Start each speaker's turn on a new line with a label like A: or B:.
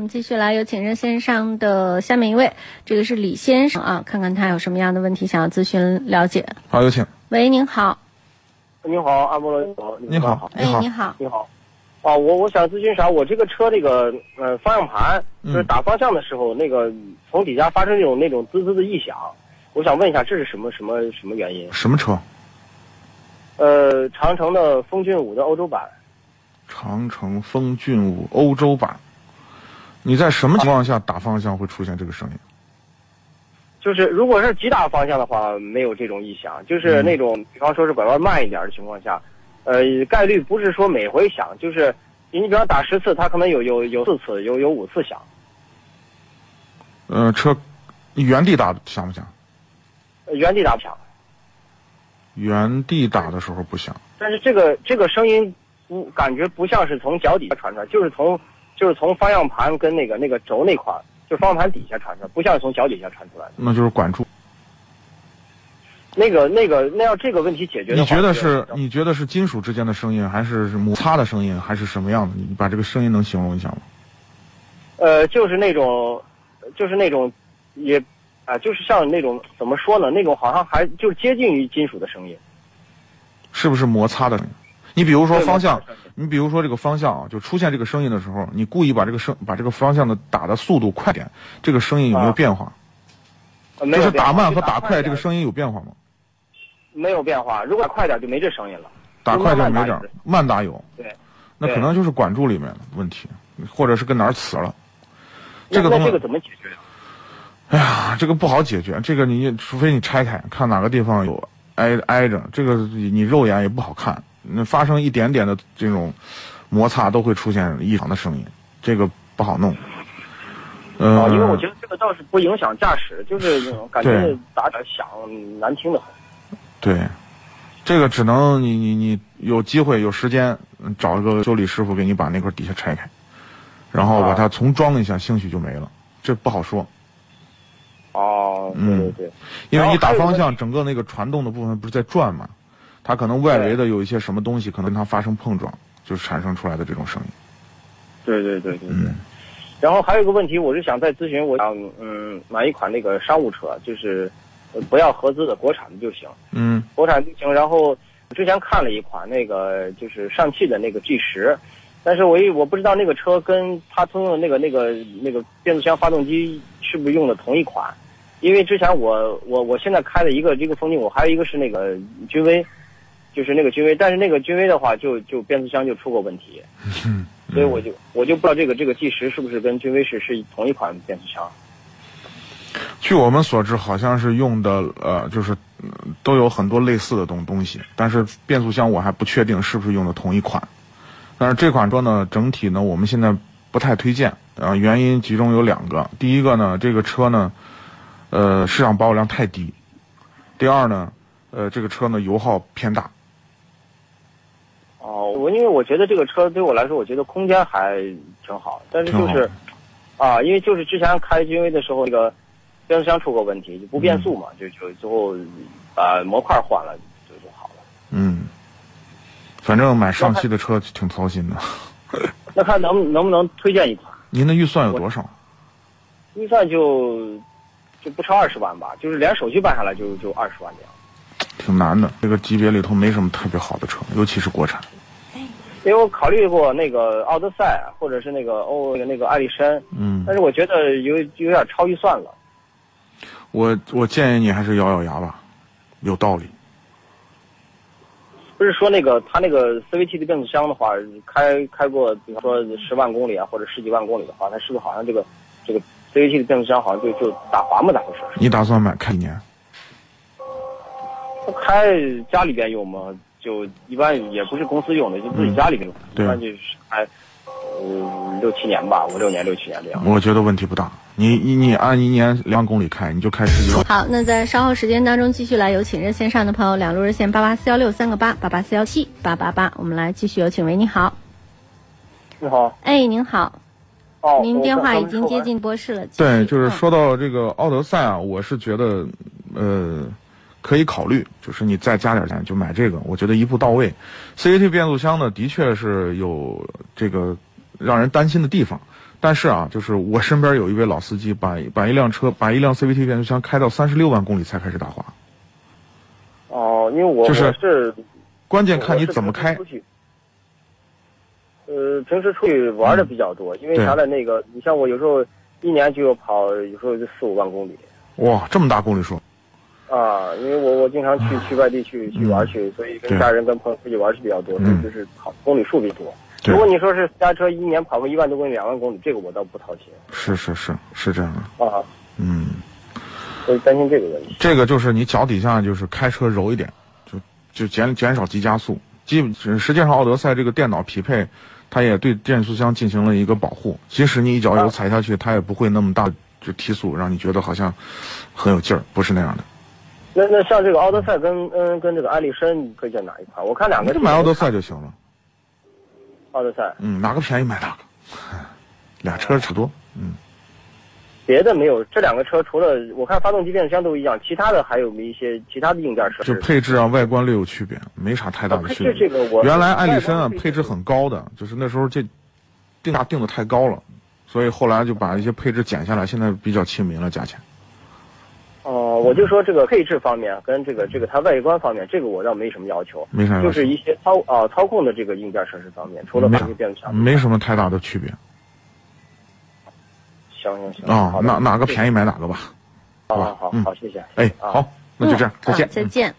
A: 们继续来有请热线上的下面一位，这个是李先生啊，看看他有什么样的问题想要咨询了解。
B: 好，有请。
A: 喂，您好。
C: 你好，阿波罗，
B: 你
C: 你好，
B: 好，
A: 哎，你好。
C: 你好。啊，我我想咨询啥？我这个车这个呃方向盘，就是打方向的时候，那个从底下发生那种那种滋滋的异响，我想问一下，这是什么什么什么原因？
B: 什么车？
C: 呃，长城的风骏五的欧洲版，
B: 长城风骏五欧洲版。你在什么情况下打方向会出现这个声音？
C: 就是如果是急打方向的话，没有这种异响，就是那种比方说是拐弯慢一点的情况下，呃，概率不是说每回响，就是你比方打十次，它可能有有有四次，有有五次响。
B: 呃，车，你原地打响不响？
C: 呃原地打不响，
B: 原地打的时候不响。
C: 但是这个这个声音不感觉不像是从脚底下传出来，就是从就是从方向盘跟那个那个轴那块儿，就方向盘底下传出来，不像是从脚底下传出来的。
B: 那就是管住。
C: 那个那个，那要这个问题解决的
B: 你
C: 话，
B: 觉得？
C: 就是
B: 你觉得是金属之间的声音，还是摩擦的声音，还是什么样的？你把这个声音能形容一下吗？
C: 呃，就是那种，就是那种，也啊、就是像那种怎么说呢？那种好像还就是接近于金属的声音。
B: 是不是摩擦的声音？你比如说
C: 对
B: 方向
C: 摩擦的声音，
B: 你比如说这个方向啊，就出现这个声音的时候，你故意把这个声把这个方向的打的速度快点，这个声音有没有
C: 啊
B: 变化？
C: 呃没
B: 就
C: 有
B: 是
C: 变
B: 打
C: 化
B: 慢
C: 就
B: 和打快，
C: 点
B: 这个声音有变化吗？
C: 没有变化。如果打快点就没这声音了。
B: 打
C: 就
B: 快就
C: 慢
B: 没
C: 慢
B: 点
C: 打
B: 儿，慢打有。
C: 对，
B: 那可
C: 对
B: 能就是管柱里面的问题，或者是跟哪儿死了。这
C: 那
B: 个
C: 那
B: 东
C: 这个
B: 西，
C: 怎么解决呀？
B: 哎呀，这个不好解决。这个你除非你拆开看哪个地方有挨挨着，这个你肉眼也不好看。那发生一点点的这种摩擦，都会出现异常的声音，这个不好弄。呃，
C: 啊，因为我觉得这个倒是不影响驾驶，就是感觉
B: 对
C: 打点响，难听的很。
B: 对，这个只能你你你有机会有时间嗯找一个修理师傅给你把那块底下拆开，然后把
C: 啊
B: 它重装一下，兴许就没了。这不好说，
C: 哦，对对
B: 嗯
C: 对，
B: 因为你打
C: 然后还有
B: 方
C: 一个
B: 向，整个那个传动的部分不是在转嘛，它可能外围的有一些什么东西可能跟它发生碰撞，就产生出来的这种声音。
C: 对对对对对。
B: 嗯，
C: 然后还有一个问题，我是想再咨询，我想嗯买一款那个商务车，就是呃不要合资的，国产的就行，
B: 嗯，
C: 国产就行。然后之前看了一款那个就是上汽的那个 G 十，但是我一我不知道那个车跟它通用的那个那个那个变速箱发动机是不是用的同一款，因为之前我我我现在开了一个这个风骏，我还有一个是那个君威，就是那个君威，但是那个君威的话就就变速箱就出过问题。所以我就我就不知道这个这个 G 十是不是跟君威是是同一款变速箱。
B: 据我们所知，好像是用的呃，就是嗯都有很多类似的东东西，但是变速箱我还不确定是不是用的同一款。但是这款车呢，整体呢，我们现在不太推荐。啊、原因其中有两个，第一个呢，这个车呢，呃，市场保有量太低；第二呢，呃，这个车呢油耗偏大。
C: 哦，我因为我觉得这个车对我来说，我觉得空间还挺好，但是就
B: 挺
C: 是，啊，因为就是之前开君威的时候，那个变速箱出过问题，就不变速嘛，就就最后把模块换了就就好了。
B: 嗯，反正买上汽的车挺操心的。
C: 那看能能不能推荐一款，
B: 您的预算有多少？
C: 预算就就不超二十万吧，就是连手续办下来就就二十万这样。
B: 挺难的，这个级别里头没什么特别好的车，尤其是国产。
C: 因为我考虑过那个奥德赛或者是那个欧那个那个艾力绅，
B: 嗯。
C: 但是我觉得有有点超预算了。
B: 我我建议你还是咬咬牙吧，有道理。
C: 不是说那个它那个 CVT 的变速箱的话，开开过比方说十万公里啊，或者十几万公里的话，它是不是好像这个这个 CVT 的变速箱好像就就打滑嘛，咋回事？
B: 你打算买开一年？
C: 它开家里边用嘛，就一般也不是公司用的，就自己家里边用，
B: 嗯对
C: 一般就是开呃五六七年吧，五六年六七年这样。
B: 我觉得问题不大。你你你按一年两万公里开，你就开十几万。
A: 好，那在稍后时间当中，继续来有请热线上的朋友，两路热线八八四幺六三个八八八四幺七八八八，我们来继续有请。喂，你好，
C: 你好，
A: 哎，您好，
C: 哦，
A: 您
C: 我
A: 电话
C: 刚
A: 已经接。近播室了。继续
B: 对，就是
A: 嗯
B: 说到这个奥德赛啊，我是觉得，呃，可以考虑，就是你再加点钱就买这个，我觉得一步到位。CVT 变速箱呢，的确是有这个让人担心的地方，但是啊，就是我身边有一位老司机把，把一辆车把一辆 CVT 变速箱开到三十六万公里才开始打滑，
C: 哦，因为我
B: 就是
C: 我是
B: 关键看你怎么
C: 我
B: 开
C: 是。平时出去呃，平时出去玩的比较多，因为
B: 嗯对
C: 啥呢？那个，你像我有时候一年就要跑，有时候就四五万公里
B: 哇，这么大公里数，
C: 啊，因为我我经常去去外地去去玩去，所以
B: 嗯
C: 跟
B: 对
C: 家人跟朋友出去玩去比较多，所
B: 嗯
C: 以就是跑公里数比多。
B: 对
C: 如果你说是私家车一年跑个一万多公里、两万公里，这个我倒不操心
B: 是是是是这样的，
C: 啊，
B: 嗯。
C: 所以担心这个问题。
B: 这个就是你脚底下就是开车柔一点，就就减减少急加速。基本实际上，奥德赛这个电脑匹配，它也对变速箱进行了一个保护。即使你一脚油踩下去，它也不会那么大就提速，让你觉得好像很有劲儿，不是那样的。
C: 那那像这个奥德赛跟嗯跟这个艾力绅，你推荐哪一款？我看两
B: 你
C: 个
B: 就买奥德赛就行了，
C: 奥德赛，
B: 嗯，哪个便宜买哪个， 俩车差不多。
C: 别的没有，这两个车除了我看发动机、变速箱都一样，其他的还有没一些其他的硬件设
B: 就
C: 施？
B: 配置啊、外观略有区别，没啥太大的区别。
C: 啊配置这个我
B: 原来艾力绅
C: 外
B: 啊
C: 观配置
B: 配置很高的，就是那时候这定价定的太高了，所以后来就把一些配置减下来，现在比较亲民了价钱。
C: 哦、我就说这个配置方面跟这个这个它外观方面，这个我倒没什么要求，
B: 没啥要求
C: 就是一些操啊、操控的这个硬件设施方面，除了发动机、变速箱，
B: 没什么太大的区别
C: 行行行，
B: 啊、
C: 好的
B: 哪哪个
C: 宜？
B: 便宜买哪个吧。
C: 好
B: 吧
C: 好好
B: 嗯
C: 好，谢谢，
B: 哎，
C: 啊
B: 好，那就这样，
A: 嗯
B: 再见
A: 好。再见。